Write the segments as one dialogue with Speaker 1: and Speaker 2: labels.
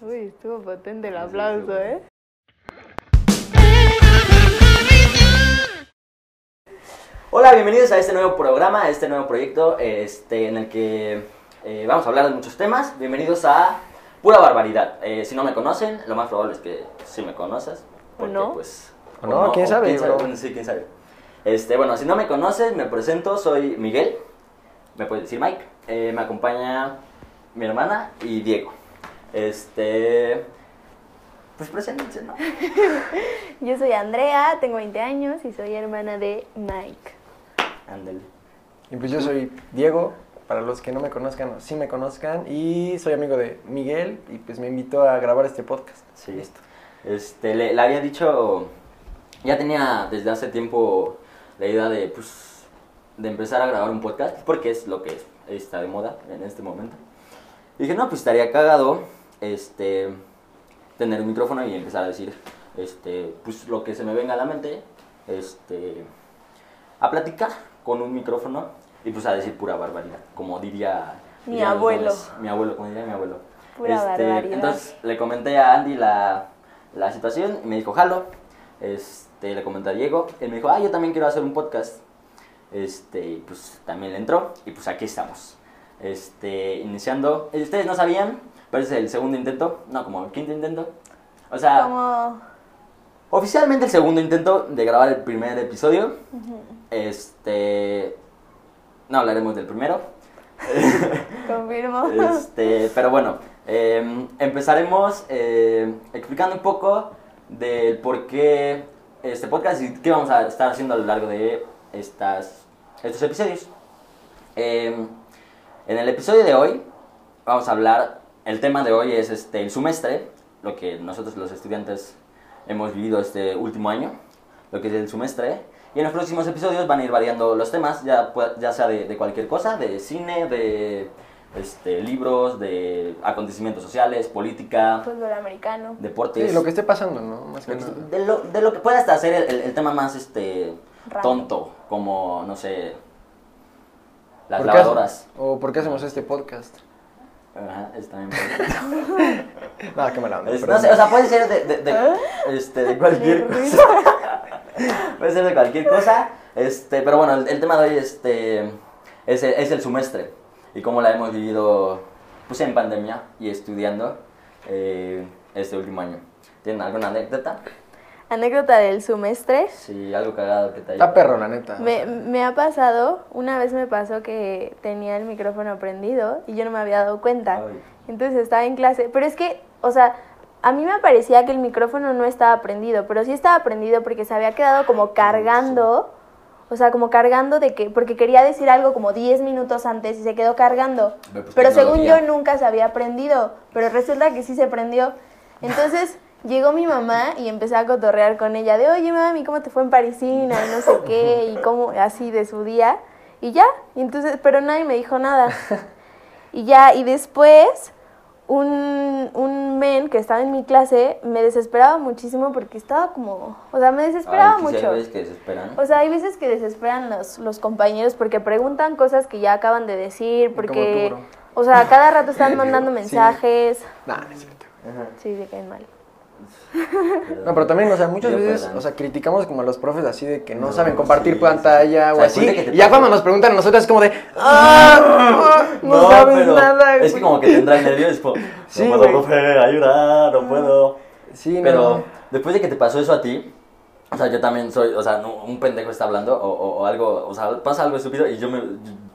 Speaker 1: Uy, estuvo potente el aplauso, ¿eh?
Speaker 2: Hola, bienvenidos a este nuevo programa, a este nuevo proyecto este, en el que eh, vamos a hablar de muchos temas. Bienvenidos a Pura Barbaridad. Eh, si no me conocen, lo más probable es que sí me conoces. porque,
Speaker 1: no.
Speaker 2: Pues,
Speaker 3: O no, quién sabe, bro.
Speaker 2: bueno, sí, quién sabe. Este, bueno, si no me conoces, me presento, soy Miguel. Me puedes decir Mike. Eh, me acompaña mi hermana y Diego. Este. Pues preséntense, ¿no?
Speaker 1: Yo soy Andrea, tengo 20 años y soy hermana de Mike.
Speaker 2: Ándale.
Speaker 3: Y pues yo soy Diego, para los que no me conozcan o sí me conozcan, y soy amigo de Miguel, y pues me invitó a grabar este podcast.
Speaker 2: Sí, listo. Este, le, le había dicho, ya tenía desde hace tiempo la idea de, pues, de empezar a grabar un podcast, porque es lo que es- está de moda en este momento. Y dije, no, pues estaría cagado, este, tener un micrófono y empezar a decir, este, pues lo que se me venga a la mente, este, a platicar con un micrófono y pues a decir pura barbaridad, como diría...
Speaker 1: Mi
Speaker 2: dirían los
Speaker 1: abuelo.
Speaker 2: dones. Mi abuelo, como diría mi abuelo.
Speaker 1: Pura barbaridad.
Speaker 2: Este, Entonces le comenté a Andy la, la situación y me dijo, jalo. Este, le comenté a Diego. Él me dijo, ah, yo también quiero hacer un podcast. Este, y pues también le entró y pues aquí estamos. Este, iniciando. eh, Ustedes no sabían, pero es el segundo intento. No, como el quinto intento. O sea,
Speaker 1: Como
Speaker 2: oficialmente el segundo intento de grabar el primer episodio. Este, no hablaremos del primero.
Speaker 1: confirmo.
Speaker 2: Este, pero bueno, eh, empezaremos eh, explicando un poco del por qué este podcast y qué vamos a estar haciendo a lo largo de estas, estos episodios. Eh, en el episodio de hoy vamos a hablar, el tema de hoy es este, el semestre, lo que nosotros los estudiantes hemos vivido este último año, lo que es el semestre. Y en los próximos episodios van a ir variando los temas, ya, pue- ya sea de, de cualquier cosa, de cine, de este, libros, de acontecimientos sociales, política,
Speaker 1: Fútbol americano.
Speaker 2: deportes.
Speaker 3: Sí, lo que esté pasando, ¿no? Más que
Speaker 2: Lo que-
Speaker 3: nada.
Speaker 2: de, lo, de lo que puede hasta hacer el, el- el tema más este
Speaker 1: Raro.
Speaker 2: tonto, como, no sé, las
Speaker 3: ¿Por qué hace-
Speaker 2: lavadoras.
Speaker 3: ¿O por qué hacemos este podcast?
Speaker 2: Ajá, es también por-
Speaker 3: Nada, qué mala onda.
Speaker 2: Es- no
Speaker 3: perdón.
Speaker 2: sé, o sea, puede ser de, de- de- este, de cualquier
Speaker 1: Qué
Speaker 2: cosa. puede ser de cualquier cosa. Este, pero bueno, el, el tema de hoy este, es, el, es el semestre y cómo la hemos vivido pues, en pandemia y estudiando eh, este último año. ¿Tienen alguna anécdota?
Speaker 1: Anécdota del semestre.
Speaker 2: Sí, algo cagado que te haya.
Speaker 3: Está perro, la neta.
Speaker 1: Me, me ha pasado, una vez me pasó que tenía el micrófono prendido y yo no me había dado cuenta.
Speaker 2: Ay.
Speaker 1: Entonces estaba en clase, pero es que, o sea, a mí me parecía que el micrófono no estaba prendido, pero sí estaba prendido porque se había quedado como cargando, o sea, como cargando de que, porque quería decir algo como 10 minutos antes y se quedó cargando.
Speaker 2: Pero, pues,
Speaker 1: Pero según
Speaker 2: tecnología.
Speaker 1: yo nunca se había prendido, pero resulta que sí se prendió. Entonces llegó mi mamá y empecé a cotorrear con ella de, oye mami, ¿cómo te fue en Parisina? Y No sé qué, y cómo, así de su día. Y ya, y entonces, pero nadie me dijo nada. Y ya, y después un, un men que estaba en mi clase me desesperaba muchísimo porque estaba como, o sea, me desesperaba
Speaker 2: Ay, que sí,
Speaker 1: mucho.
Speaker 2: hay veces que desesperan.
Speaker 1: O sea, hay veces que desesperan los, los compañeros porque preguntan cosas que ya acaban de decir,
Speaker 3: Como tú,
Speaker 1: porque,
Speaker 3: bro.
Speaker 1: o sea, cada rato están mandando
Speaker 3: Sí.
Speaker 1: mensajes.
Speaker 3: Nah, no es cierto. Ajá.
Speaker 1: Sí, se caen mal.
Speaker 3: No, pero también, o sea, muchas
Speaker 2: Yo,
Speaker 3: veces,
Speaker 2: perdón.
Speaker 3: o sea, criticamos como a los profes así de que no,
Speaker 2: No,
Speaker 3: saben compartir
Speaker 2: sí,
Speaker 3: pantalla
Speaker 2: sí, sí.
Speaker 3: o,
Speaker 2: O sea, ponte
Speaker 3: así.
Speaker 2: que te
Speaker 3: Y ya
Speaker 2: pasa.
Speaker 3: cuando nos preguntan a nosotros es como de, ¡ah! ¡Ah! No, sabes
Speaker 2: pero
Speaker 3: nada.
Speaker 2: Es que
Speaker 3: güey".
Speaker 2: como que tendrá el nervio, es como,
Speaker 3: Sí,
Speaker 2: no puedo,
Speaker 3: güey.
Speaker 2: profe, ayuda, no puedo.
Speaker 3: Sí, no.
Speaker 2: Pero después de que te pasó eso a ti, o sea, yo también soy, o sea, no, un pendejo está hablando o, o- o algo, o sea, pasa algo estúpido y yo me,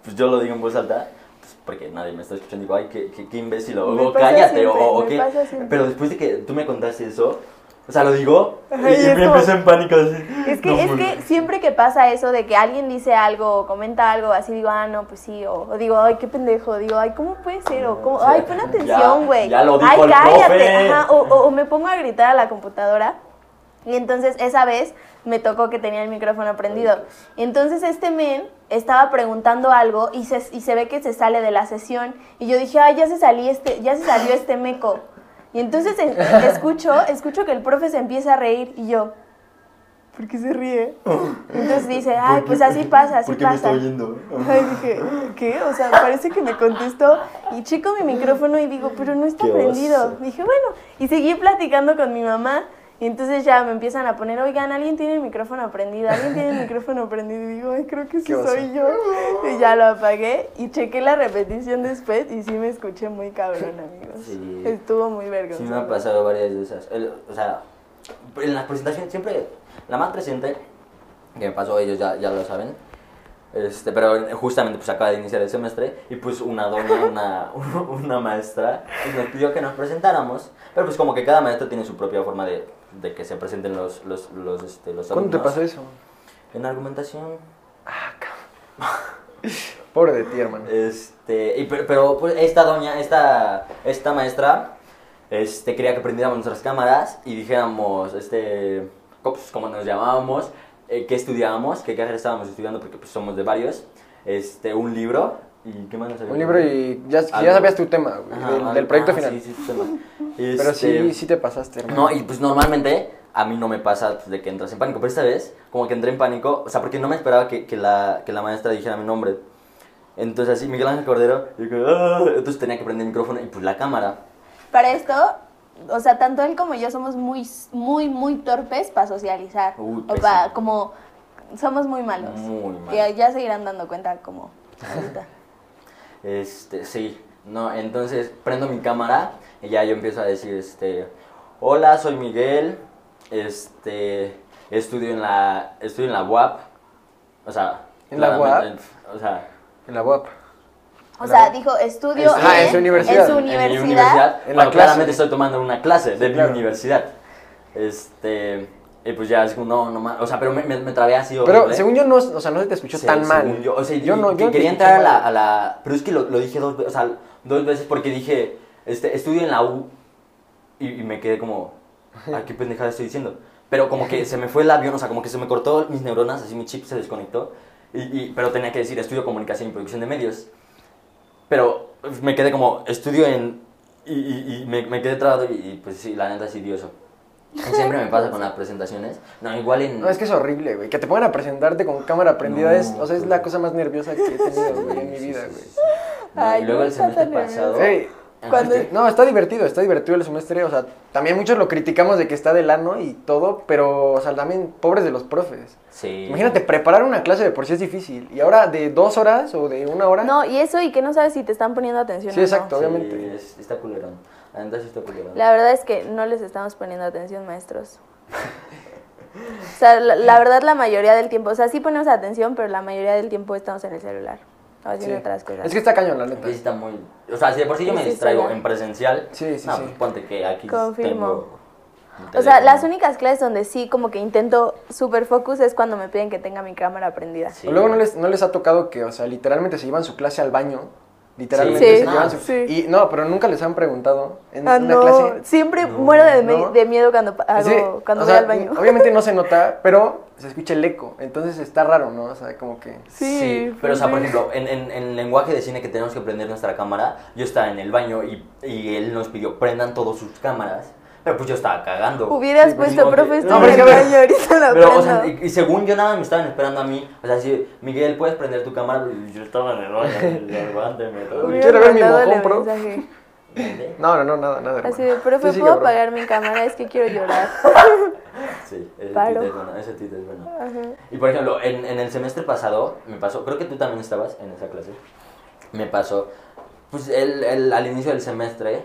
Speaker 2: pues yo lo digo en voz alta, pues porque nadie me está escuchando, digo, ay, qué, qué, qué imbécil, o
Speaker 1: Me
Speaker 2: o
Speaker 1: pasa
Speaker 2: cállate, o,
Speaker 1: siempre,
Speaker 2: o
Speaker 1: me
Speaker 2: qué.
Speaker 1: pasa siempre.
Speaker 2: Pero después de que tú me contaste eso, o sea, lo digo y,
Speaker 1: Ajá, y
Speaker 2: y
Speaker 1: es
Speaker 2: me
Speaker 1: como-
Speaker 2: empecé en pánico así.
Speaker 1: Es que,
Speaker 2: No,
Speaker 1: es
Speaker 2: pues,
Speaker 1: que siempre que pasa eso de que alguien dice algo o comenta algo, así digo, ah, no, pues sí, o, o digo, ay, qué pendejo, digo, ay, ¿cómo puede ser? O, ¿cómo?
Speaker 2: Sí.
Speaker 1: ay, pon
Speaker 2: Ya-
Speaker 1: atención, güey.
Speaker 2: ya lo dijo
Speaker 1: Ay,
Speaker 2: el
Speaker 1: cállate.
Speaker 2: profe.
Speaker 1: Ajá, o, o- o me pongo a gritar a la computadora. Y entonces esa vez me tocó que tenía el micrófono prendido. Entonces este men estaba preguntando algo y se, y se ve que se sale de la sesión. Y yo dije, ay, ya se, salí este, ya se salió este meco. Y entonces eh, escucho, escucho que el profe se empieza a reír y yo, ¿por qué se ríe? Entonces dice, ay, pues así pasa, así
Speaker 4: ¿Por qué me
Speaker 1: pasa.
Speaker 4: está oyendo?
Speaker 1: Ay, dije, ¿qué? O sea, parece que me contestó y checo mi micrófono y digo, pero no está
Speaker 4: Qué oso.
Speaker 1: prendido. Dije, bueno, y seguí platicando con mi mamá y entonces ya me empiezan a poner, oigan, alguien tiene el micrófono prendido, alguien tiene el micrófono prendido. Y digo, ay, creo que sí
Speaker 3: Qué oso.
Speaker 1: soy yo. Y ya lo apagué y chequé la repetición después y sí me escuché muy cabrón, amigos.
Speaker 2: Sí.
Speaker 1: Estuvo muy
Speaker 2: Sí,
Speaker 1: vergonzoso.
Speaker 2: me han pasado varias de esas. El- o sea, en las presentaciones siempre, la más reciente que me pasó, ellos ya, ya lo saben, este, pero justamente pues acaba de iniciar el semestre y pues una doña, una, una maestra, pues, nos pidió que nos presentáramos, pero pues como que cada maestro tiene su propia forma de, de que se presenten los, los, los, este, los
Speaker 3: ¿Cuándo te
Speaker 2: alumnos.
Speaker 3: pasó eso?
Speaker 2: En argumentación.
Speaker 3: Pobre de ti, hermano.
Speaker 2: Este, y pero, pero, pues, esta doña, esta, esta maestra, este, quería que prendiéramos nuestras cámaras y dijéramos, este, co- pues, cómo nos llamábamos, eh, qué estudiábamos, qué carrera estábamos estudiando, porque pues, somos de varios, este, un libro y qué más nos había
Speaker 3: Un libro
Speaker 2: olvidado?
Speaker 3: y ya, si
Speaker 2: Algo.
Speaker 3: ya sabías tu tema, güey,
Speaker 2: Ajá,
Speaker 3: del,
Speaker 2: algo-
Speaker 3: del proyecto
Speaker 2: ah,
Speaker 3: final.
Speaker 2: sí, sí, sí, tema.
Speaker 3: Pero
Speaker 2: Este,
Speaker 3: sí, sí te pasaste, hermano.
Speaker 2: no, y pues normalmente a mí no me pasa pues, de que entras en pánico, pero esta vez como que entré en pánico, o sea, porque no me esperaba que, que la, que la maestra dijera mi nombre. Entonces así, Miguel Ángel Cordero, y yo, "Ah", entonces tenía que prender el micrófono y pues la cámara.
Speaker 1: Para esto, o sea, tanto él como yo somos muy, muy, muy torpes para socializar.
Speaker 2: Uy,
Speaker 1: o para,
Speaker 2: pésimo.
Speaker 1: como, somos muy malos.
Speaker 2: Muy malos.
Speaker 1: Que ya se irán dando cuenta como ahorita.
Speaker 2: Este, sí, no, entonces prendo mi cámara y ya yo empiezo a decir, este, hola, soy Miguel, este, estudio en la, estudio en la UAP, o sea,
Speaker 3: ¿En la
Speaker 2: claramente, o sea,
Speaker 3: En la UAP.
Speaker 1: O sea, dijo, estudio
Speaker 3: Ajá, Ah, Este, en su universidad.
Speaker 1: en su
Speaker 2: en mi
Speaker 1: universidad.
Speaker 2: universidad,
Speaker 3: En la
Speaker 2: bueno,
Speaker 3: clase.
Speaker 2: claramente estoy tomando una clase de mi
Speaker 3: claro.
Speaker 2: universidad. Este, y pues ya es como, no, no más, o sea, pero me, me, me trabé así
Speaker 3: Pero
Speaker 2: horrible.
Speaker 3: según yo no, o sea, no se te escuchó
Speaker 2: Sí,
Speaker 3: tan mal.
Speaker 2: según Yo, o sea,
Speaker 3: Yo
Speaker 2: y-
Speaker 3: no,
Speaker 2: que
Speaker 3: yo no te
Speaker 2: quería
Speaker 3: escuché
Speaker 2: entrar a la,
Speaker 3: mal.
Speaker 2: a la- pero es que lo, lo dije dos veces, o sea, dos veces porque dije, este, estudio en la U y, y me quedé como, ¿a qué pendejada estoy diciendo? Pero como que se me fue el avión, o sea, como que se me cortó mis neuronas, así mi chip se desconectó, y, y- pero tenía que decir, estudio comunicación y producción de medios. Pero me quedé como, estudio en, y, y- y me, me quedé trabado y, y, pues sí, la neta sí dio eso. Siempre me pasa con las presentaciones. No, igual en...
Speaker 3: No, es que es horrible, güey. Que te pongan a presentarte con cámara prendida
Speaker 2: No,
Speaker 3: es, o sea, es
Speaker 2: güey.
Speaker 3: la cosa más nerviosa que he tenido, güey, en mi
Speaker 2: Sí,
Speaker 3: vida,
Speaker 2: sí,
Speaker 3: güey.
Speaker 2: sí, sí. No,
Speaker 1: Ay,
Speaker 2: y luego
Speaker 1: no
Speaker 2: el
Speaker 1: está tan
Speaker 2: semestre pasado.
Speaker 1: nervioso.
Speaker 3: Ey,
Speaker 2: Ajá,
Speaker 1: Cuando-
Speaker 2: este-
Speaker 3: No, está divertido, está divertido el semestre, o sea, también muchos lo criticamos de que está del ano y todo, pero, o sea, también pobres de los profes.
Speaker 2: Sí.
Speaker 3: Imagínate, preparar una clase de por sí es difícil, y ahora de dos horas o de una hora,
Speaker 1: No, y eso, y que no sabes si te están poniendo atención
Speaker 3: Sí,
Speaker 1: o no.
Speaker 3: exacto.
Speaker 2: Sí,
Speaker 3: obviamente.
Speaker 2: es- está culerón. La neta sí está culerón.
Speaker 1: La verdad es que no les estamos poniendo atención, maestros. O sea, la, la verdad la mayoría del tiempo, o sea, sí ponemos atención, pero la mayoría del tiempo estamos en el celular o haciendo
Speaker 3: sí.
Speaker 1: otras cosas.
Speaker 3: es que está cañón, la neta.
Speaker 2: Sí, está muy. O sea, si de por sí yo
Speaker 1: Sí,
Speaker 2: me
Speaker 1: sí,
Speaker 2: distraigo
Speaker 1: está ya.
Speaker 2: en presencial.
Speaker 3: Sí, sí,
Speaker 2: no,
Speaker 3: sí.
Speaker 2: pues ponte que aquí
Speaker 1: Confirmo.
Speaker 2: tengo mi
Speaker 1: O sea,
Speaker 2: teléfono.
Speaker 1: las únicas clases donde sí como que intento super focus es cuando me piden que tenga mi cámara prendida.
Speaker 2: Sí.
Speaker 3: O luego no les, no les ha tocado que, o sea, literalmente se llevan su clase al baño. Literalmente
Speaker 1: Sí.
Speaker 3: se
Speaker 1: Sí.
Speaker 2: Ah,
Speaker 3: llevan su.
Speaker 1: Sí.
Speaker 3: Y no, pero nunca les han preguntado en
Speaker 1: Ah,
Speaker 3: una
Speaker 1: no,
Speaker 3: clase.
Speaker 1: siempre
Speaker 2: No,
Speaker 1: muero de, me-
Speaker 3: no.
Speaker 1: de miedo cuando pa- hago,
Speaker 3: Sí,
Speaker 1: cuando voy
Speaker 3: o sea,
Speaker 1: al baño.
Speaker 3: Obviamente no se nota, pero se escucha el eco. Entonces está raro, ¿no? O sea, como que.
Speaker 2: Sí,
Speaker 1: Sí,
Speaker 2: pero o sea, por
Speaker 1: sí.
Speaker 2: ejemplo, en, en, en el lenguaje de cine que tenemos que prender nuestra cámara, yo estaba en el baño y, y él nos pidió prendan todas sus cámaras, pero pues yo estaba cagando.
Speaker 1: Hubieras
Speaker 2: Sí, pues,
Speaker 1: puesto,
Speaker 2: como que-
Speaker 1: profe,
Speaker 2: No,
Speaker 1: estoy
Speaker 2: pero es
Speaker 1: en
Speaker 2: que
Speaker 1: el
Speaker 2: a ver,
Speaker 1: baño, ahorita lo
Speaker 2: Pero, o sea,
Speaker 1: prendo.
Speaker 2: y, y según yo nada me estaban esperando a mí. O sea, si Miguel, ¿puedes prender tu cámara? Y Yo estaba en el baño, levánteme. todo.
Speaker 1: Hubiera
Speaker 3: Quiero ver mi
Speaker 1: mandándole
Speaker 3: mojón, pro.
Speaker 1: mensaje.
Speaker 3: No, no, no, nada, nada.
Speaker 1: Así de,
Speaker 3: hermano.
Speaker 1: profe,
Speaker 3: Tú sigue,
Speaker 1: ¿puedo
Speaker 3: bro.
Speaker 1: apagar mi cámara? Es que quiero llorar.
Speaker 2: Sí, ese
Speaker 1: Paro.
Speaker 2: tuit es bueno, ese tuit es bueno. Y por ejemplo, en, en el semestre pasado, me pasó, creo que tú también estabas en esa clase, me pasó, pues el, el- al inicio del semestre,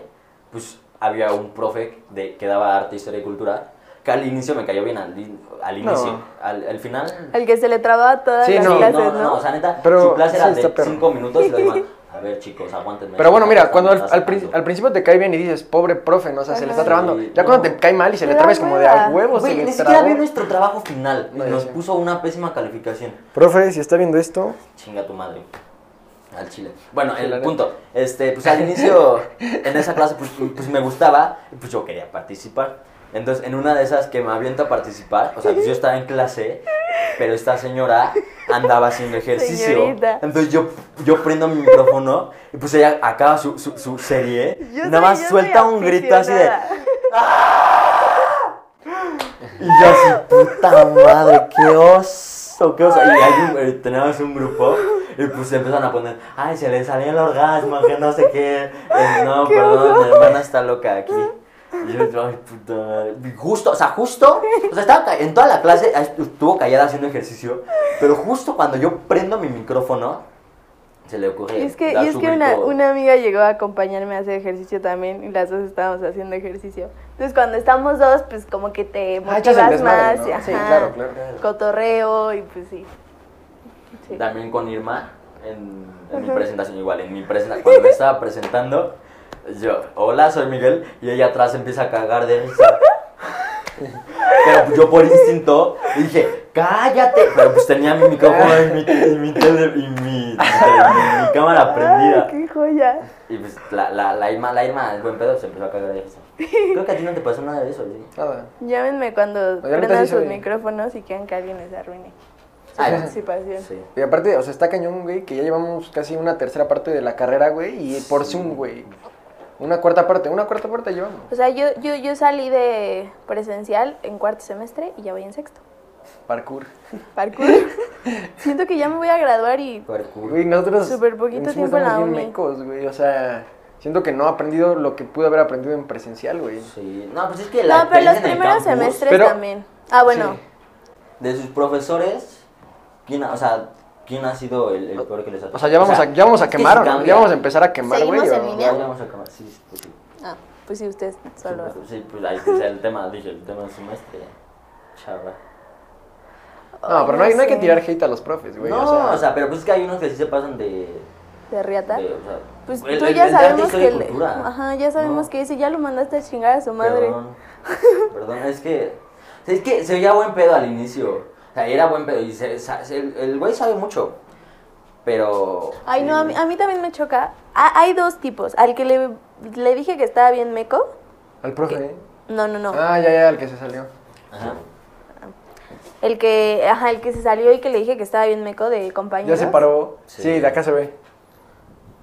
Speaker 2: pues había un profe de, que daba arte, historia y cultura, que al inicio me cayó bien, al, in- al
Speaker 3: No.
Speaker 2: inicio, al, al final...
Speaker 1: Al que se le trababa todas
Speaker 3: Sí,
Speaker 1: las
Speaker 3: no,
Speaker 1: clases,
Speaker 2: no,
Speaker 1: ¿no?
Speaker 2: no, o sea, neta,
Speaker 3: Pero
Speaker 2: su clase era
Speaker 3: sí está
Speaker 2: de
Speaker 3: perro.
Speaker 2: 5 minutos y lo demás, a ver chicos, aguántenme.
Speaker 3: Pero bueno, mira, cuando al,
Speaker 2: Estás
Speaker 3: al, prin-
Speaker 2: sacando".
Speaker 3: al principio te cae bien y dices, pobre profe, ¿no? O sea, se le está
Speaker 1: Ajá.
Speaker 3: trabando.
Speaker 2: Sí,
Speaker 3: Ya
Speaker 2: no.
Speaker 3: cuando te cae mal y se le
Speaker 1: Me da
Speaker 3: trabes como de
Speaker 1: hueva.
Speaker 3: a huevo, se
Speaker 2: Güey,
Speaker 3: le
Speaker 2: ni siquiera
Speaker 3: trabó.
Speaker 2: vio nuestro trabajo final y
Speaker 3: No, ya
Speaker 2: nos
Speaker 3: sé.
Speaker 2: puso una pésima calificación.
Speaker 3: Profe, si está viendo esto,
Speaker 2: Chinga tu madre. Al chile. Bueno,
Speaker 3: la
Speaker 2: el
Speaker 3: neta.
Speaker 2: punto. Este, pues al inicio, en esa clase, pues, pues me gustaba, y pues yo quería participar. Entonces, en una de esas que me aviento a participar, o sea, pues yo estaba en clase, pero esta señora andaba haciendo ejercicio.
Speaker 1: Señorita.
Speaker 2: Entonces yo, yo prendo mi micrófono y pues ella acaba su, su, su serie,
Speaker 1: Yo soy-
Speaker 2: nada más
Speaker 1: yo soy
Speaker 2: suelta un grito así de...
Speaker 1: aficionada.
Speaker 2: Y yo así, puta madre, qué oso, qué oso. Y ahí eh, teníamos un grupo y pues se empezaron a poner, ay, se le salió el orgasmo, que no sé qué. Eh, no,
Speaker 1: Qué
Speaker 2: perdón,
Speaker 1: oso.
Speaker 2: mi hermana está loca aquí. Y yo, ay, puta madre. Y Justo, o sea, justo, o sea, estaba ca- en toda la clase, ah, estuvo callada haciendo ejercicio, pero justo cuando yo prendo mi micrófono, se le ocurre.
Speaker 1: Y es que,
Speaker 2: dar
Speaker 1: y es
Speaker 2: su
Speaker 1: que una,
Speaker 2: grito.
Speaker 1: una amiga llegó a acompañarme a hacer ejercicio también y las dos estábamos haciendo ejercicio. Entonces cuando estamos dos, pues como que te
Speaker 3: Ah, echas el
Speaker 1: motivas
Speaker 3: desmadre,
Speaker 1: más.
Speaker 3: ¿no?
Speaker 1: y,
Speaker 3: Sí,
Speaker 1: ajá,
Speaker 3: claro, claro.
Speaker 1: Cotorreo y pues sí. Sí.
Speaker 2: También con Irma, en, en mi presentación, igual, en mi presentación, cuando me estaba presentando, yo, hola, soy Miguel, y ella atrás empieza a cagar de risa. Pero yo por instinto dije, cállate. Pero pues tenía mi micrófono y mi, y mi tele- y mi- mi tele- mi cámara prendida.
Speaker 1: Ay, qué joya.
Speaker 2: Y pues la, la, la Irma, la Irma, el buen pedo, se empezó a cagar de risa. Creo que a ti no te pasó nada de eso, ¿sí?
Speaker 3: Nada.
Speaker 1: Llámenme cuando
Speaker 3: Oye, ahorita
Speaker 1: prendan
Speaker 3: sí soy- Ah,
Speaker 1: sus micrófonos y quieran que alguien les arruine. su
Speaker 2: Ay,
Speaker 1: participación.
Speaker 2: sí.
Speaker 3: Y aparte, o sea, está cañón, güey, que ya llevamos casi una tercera parte de la carrera, güey, y por Zoom, güey. Una cuarta parte, una cuarta parte llevamos.
Speaker 1: O sea, yo, yo, yo salí de presencial en cuarto semestre y ya voy en sexto.
Speaker 3: Parkour.
Speaker 1: Parkour. Siento que ya me voy a graduar y
Speaker 2: Parkour.
Speaker 3: Güey, nosotros.
Speaker 1: Súper poquito
Speaker 3: encima
Speaker 1: tiempo en la
Speaker 3: estamos
Speaker 1: uni.
Speaker 3: bien mecos, güey, o sea, siento que no he aprendido lo que pude haber aprendido en presencial, güey.
Speaker 2: Sí. No, pues es que la
Speaker 1: No, pero los
Speaker 2: experiencia en el
Speaker 1: primeros
Speaker 2: campus-
Speaker 1: semestres
Speaker 3: Pero-
Speaker 1: también. Ah, bueno.
Speaker 2: de sus profesores, ¿quién ha, o sea, ¿quién ha sido el, el peor que les ha
Speaker 3: O sea, ya vamos, a, ya vamos a
Speaker 2: es que
Speaker 3: quemar,
Speaker 2: sí
Speaker 3: ¿o no?
Speaker 2: cambia.
Speaker 3: Ya vamos a em- empezar a quemar, güey.
Speaker 1: ¿Seguimos
Speaker 3: o-
Speaker 1: en línea?
Speaker 2: Ya, ya vamos a quemar, sí, sí, pues sí.
Speaker 1: Ah, pues sí, ustedes solo.
Speaker 2: Sí, pues, sí, pues ahí dice el tema, dije, el tema del semestre. Chava.
Speaker 3: No, pero no hay, no hay que
Speaker 1: sé.
Speaker 3: tirar hate a los profes, güey.
Speaker 2: no,
Speaker 3: o sea,
Speaker 2: pero pues es que hay unos que sí se pasan de...
Speaker 1: ¿De riata?
Speaker 2: de, o sea,
Speaker 1: Pues
Speaker 2: el-
Speaker 1: tú
Speaker 2: el-
Speaker 1: ya
Speaker 2: el de arte,
Speaker 1: sabemos
Speaker 2: historia
Speaker 1: que
Speaker 2: y
Speaker 1: le-
Speaker 2: cultura.
Speaker 1: Ajá, ya sabemos
Speaker 2: No,
Speaker 1: que ese ya lo mandaste a chingar a su madre.
Speaker 2: Perdón, perdón, es que... Es que se veía buen pedo al inicio. O sea, era buen pedo y se- sa- se- el el güey sabe mucho, pero...
Speaker 1: Ay, no, a mí, a mí también me choca. Ha- hay dos tipos. Al que le, le dije que estaba bien meco.
Speaker 3: al profe. ¿eh?
Speaker 1: No, no, no.
Speaker 3: Ah, ya, ya, el que se salió.
Speaker 2: Ajá.
Speaker 1: El que, ajá, el que se salió y que le dije que estaba bien meco de
Speaker 3: Ya
Speaker 1: compañeros.
Speaker 3: se paró.
Speaker 2: Sí.
Speaker 3: Sí. de acá se ve.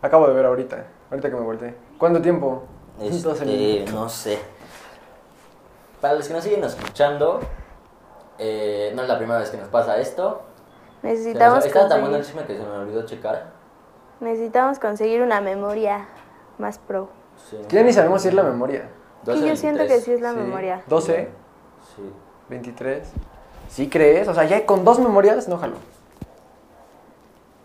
Speaker 3: Acabo de ver ahorita, ahorita que me volteé. ¿Cuánto tiempo? Doce
Speaker 2: Este,
Speaker 3: minutos.
Speaker 2: no sé. Para los que nos siguen escuchando, eh, no es la primera vez que nos pasa esto. Se nos-
Speaker 1: Necesitamos
Speaker 2: Está tan bueno el
Speaker 1: conseguir,
Speaker 2: chisme que se me olvidó checar.
Speaker 1: necesitamos conseguir una memoria más pro.
Speaker 2: Sí.
Speaker 3: Ya ni sabemos si es la memoria.
Speaker 1: Que yo siento que sí es la
Speaker 3: Sí.
Speaker 1: memoria.
Speaker 3: 12,
Speaker 2: Sí.
Speaker 3: 23. ¿Sí crees? O sea, ya con dos memorias, no jalo.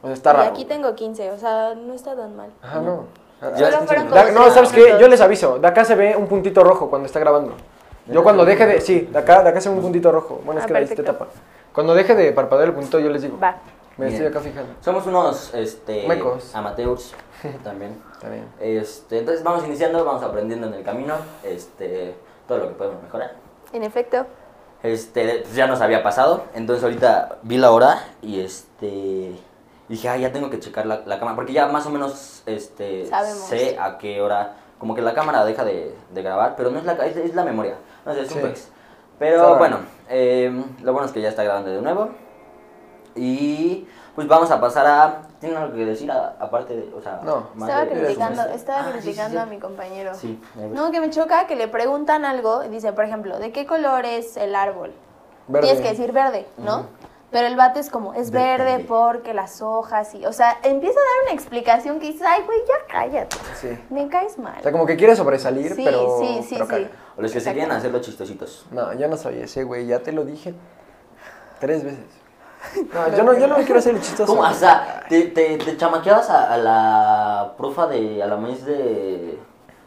Speaker 3: O sea, está
Speaker 1: y
Speaker 3: raro.
Speaker 1: aquí tengo 15, o sea, no está tan mal.
Speaker 3: Ajá, no. Ah,
Speaker 2: Ya
Speaker 1: Solo
Speaker 2: escuché
Speaker 1: fueron
Speaker 2: que-
Speaker 1: como
Speaker 3: Da- no,
Speaker 1: tres
Speaker 3: ¿sabes qué?
Speaker 1: minutos.
Speaker 3: Yo les aviso, de acá se ve un puntito rojo cuando está grabando. Yo cuando deje de... Sí, de acá, de acá se ve un puntito rojo. Bueno, es
Speaker 1: Ah,
Speaker 3: que la te
Speaker 1: perfecto.
Speaker 3: tapa. Cuando deje de parpadear el puntito, yo les digo.
Speaker 1: Va.
Speaker 3: Me
Speaker 2: Bien.
Speaker 3: estoy acá fijando.
Speaker 2: Somos unos este,
Speaker 3: Mecos.
Speaker 2: amateurs también.
Speaker 3: Está bien.
Speaker 2: Este, entonces vamos iniciando, vamos aprendiendo en el camino este, todo lo que podemos mejorar.
Speaker 1: En efecto.
Speaker 2: Este, pues ya nos había pasado, entonces ahorita vi la hora y este dije, ah, ya tengo que checar la, la cámara, porque ya más o menos este
Speaker 1: Sabemos.
Speaker 2: sé a qué hora, como que la cámara deja de, de grabar, pero no es la ca- es, es la memoria, no sé, es un
Speaker 3: Sí.
Speaker 2: pex. Pero
Speaker 3: Está
Speaker 2: bueno,
Speaker 3: bueno.
Speaker 2: eh, lo bueno es que ya está grabando de nuevo y pues vamos a pasar a ¿tienen algo que decir a- aparte de, o sea,
Speaker 3: No.
Speaker 2: más
Speaker 1: estaba
Speaker 2: de-
Speaker 1: criticando,
Speaker 2: de-
Speaker 1: estaba
Speaker 2: Ah, sí, sí, sí.
Speaker 1: criticando a mi compañero.
Speaker 2: Sí, ahí va.
Speaker 1: No, que me choca que le preguntan algo y dice, por ejemplo, ¿de qué color es el árbol?
Speaker 3: Verde.
Speaker 1: Tienes que decir verde, ¿no? Pero el vato es como, es
Speaker 2: Verde.
Speaker 1: verde, porque las hojas y... O sea, empieza a dar una explicación que dices, ay, güey, ya cállate.
Speaker 3: Sí.
Speaker 1: Me caes
Speaker 3: O
Speaker 1: mal.
Speaker 3: sea, como que quiere sobresalir,
Speaker 1: sí,
Speaker 3: pero...
Speaker 1: sí, sí,
Speaker 3: pero
Speaker 1: sí.
Speaker 3: caga.
Speaker 2: O los que se
Speaker 1: Exacto.
Speaker 2: quieren hacer los chistositos.
Speaker 3: No, yo no soy ese, güey. Ya te lo dije tres veces. No, yo no, yo no me quiero hacer el chistoso.
Speaker 2: ¿Cómo? O sea, te, te, te chamaqueabas a, a la profa de. a la maíz de.